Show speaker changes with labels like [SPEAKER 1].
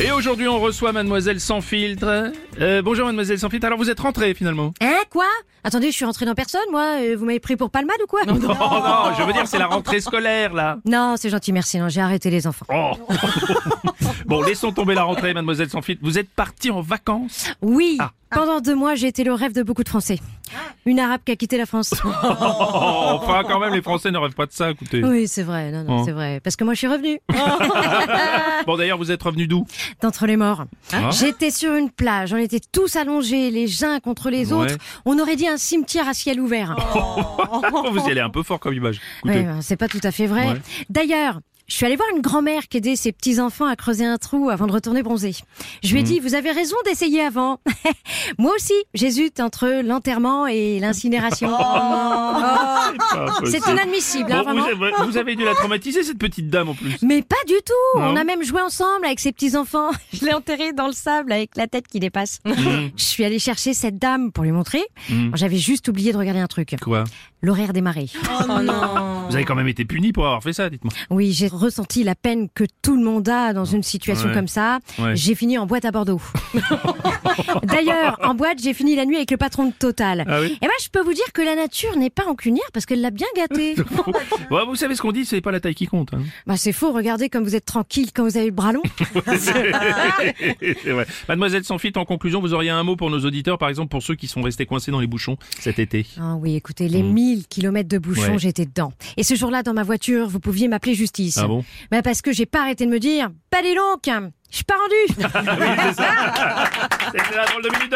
[SPEAKER 1] Et aujourd'hui, on reçoit Mademoiselle Sans Filtre. Euh, bonjour Mademoiselle Sans Filtre. Alors, vous êtes rentrée finalement
[SPEAKER 2] Hein, quoi Attendez, je suis rentrée dans personne, moi. euh, Vous m'avez pris pour Palmade ou quoi Non,
[SPEAKER 1] Oh non, je veux dire, c'est la rentrée scolaire là.
[SPEAKER 2] c'est gentil, merci. Non, j'ai arrêté les enfants.
[SPEAKER 1] Oh. bon, laissons tomber la rentrée, Mademoiselle Sans Filtre. Vous êtes partie en vacances
[SPEAKER 2] Oui,
[SPEAKER 1] Ah.
[SPEAKER 2] pendant deux mois, j'ai été le rêve de beaucoup de Français. Une Arabe qui a quitté la France.
[SPEAKER 1] Oh, Enfin, quand même, les Français ne rêvent pas de ça, écoutez.
[SPEAKER 2] Oui, c'est vrai, non,
[SPEAKER 1] Oh.
[SPEAKER 2] non, c'est vrai. Parce que moi, je suis revenue
[SPEAKER 1] Bon, d'ailleurs, vous êtes revenu d'où
[SPEAKER 2] d'entre les morts.
[SPEAKER 1] Ah.
[SPEAKER 2] J'étais sur une plage, on était tous allongés, les uns contre les
[SPEAKER 1] Ouais. Oh.
[SPEAKER 2] autres. On aurait dit un cimetière à ciel ouvert.
[SPEAKER 1] Vous y allez un peu fort comme image.
[SPEAKER 2] Oh. Ouais,
[SPEAKER 1] Écoutez.
[SPEAKER 2] ben, c'est pas tout à fait vrai.
[SPEAKER 1] Ouais.
[SPEAKER 2] D'ailleurs, je suis allée voir une grand-mère qui aidait ses petits-enfants à creuser un trou avant de retourner bronzer. Je
[SPEAKER 1] Mhm.
[SPEAKER 2] lui ai dit, vous avez raison d'essayer avant. Moi aussi, j'hésite entre l'enterrement et l'incinération.
[SPEAKER 1] Ah,
[SPEAKER 2] c'est
[SPEAKER 1] possible.
[SPEAKER 2] inadmissible, hein,
[SPEAKER 1] Bon, vous,
[SPEAKER 2] vraiment.
[SPEAKER 1] avez, vous avez dû la traumatiser, cette petite dame en plus.
[SPEAKER 2] Mais pas du tout
[SPEAKER 1] Non.
[SPEAKER 2] On a même joué ensemble avec ses petits-enfants. Je l'ai enterrée dans le sable avec la tête qui dépasse.
[SPEAKER 1] Hmm,
[SPEAKER 2] Je suis allée chercher cette dame pour lui montrer.
[SPEAKER 1] hmm.
[SPEAKER 2] J'avais juste oublié de regarder un truc.
[SPEAKER 1] Quoi
[SPEAKER 2] L'horaire des marées.
[SPEAKER 1] Vous avez quand même été puni pour avoir fait ça, dites-moi.
[SPEAKER 2] Oui, j'ai ressenti la peine que tout le monde a dans une situation
[SPEAKER 1] Ouais.
[SPEAKER 2] comme ça.
[SPEAKER 1] Ouais.
[SPEAKER 2] J'ai fini en boîte à Bordeaux. D'ailleurs, en boîte, j'ai fini la nuit avec le patron de Total.
[SPEAKER 1] Ah oui
[SPEAKER 2] Et ben, je peux vous dire que la nature n'est pas rancunière parce qu'elle l'a bien gâté.
[SPEAKER 1] Ouais, Vous savez ce qu'on dit, c'est pas la taille qui compte. hein.
[SPEAKER 2] bah, c'est faux, regardez comme vous êtes tranquille quand vous avez le bras long.
[SPEAKER 1] C'est vrai. Mademoiselle Sanfit, en conclusion, vous auriez un mot pour nos auditeurs, par exemple pour ceux qui sont restés coincés dans les bouchons cet été.
[SPEAKER 2] Ah oui, écoutez, les 1000 kilomètres de bouchons,
[SPEAKER 1] Mmh. Ouais.
[SPEAKER 2] j'étais dedans. Et ce jour-là, dans ma voiture, vous pouviez m'appeler justice.
[SPEAKER 1] Ah bon
[SPEAKER 2] Bah, parce que j'ai pas arrêté de me dire, pas les longues, je suis pas rendu.
[SPEAKER 1] C'est la drôle de minute de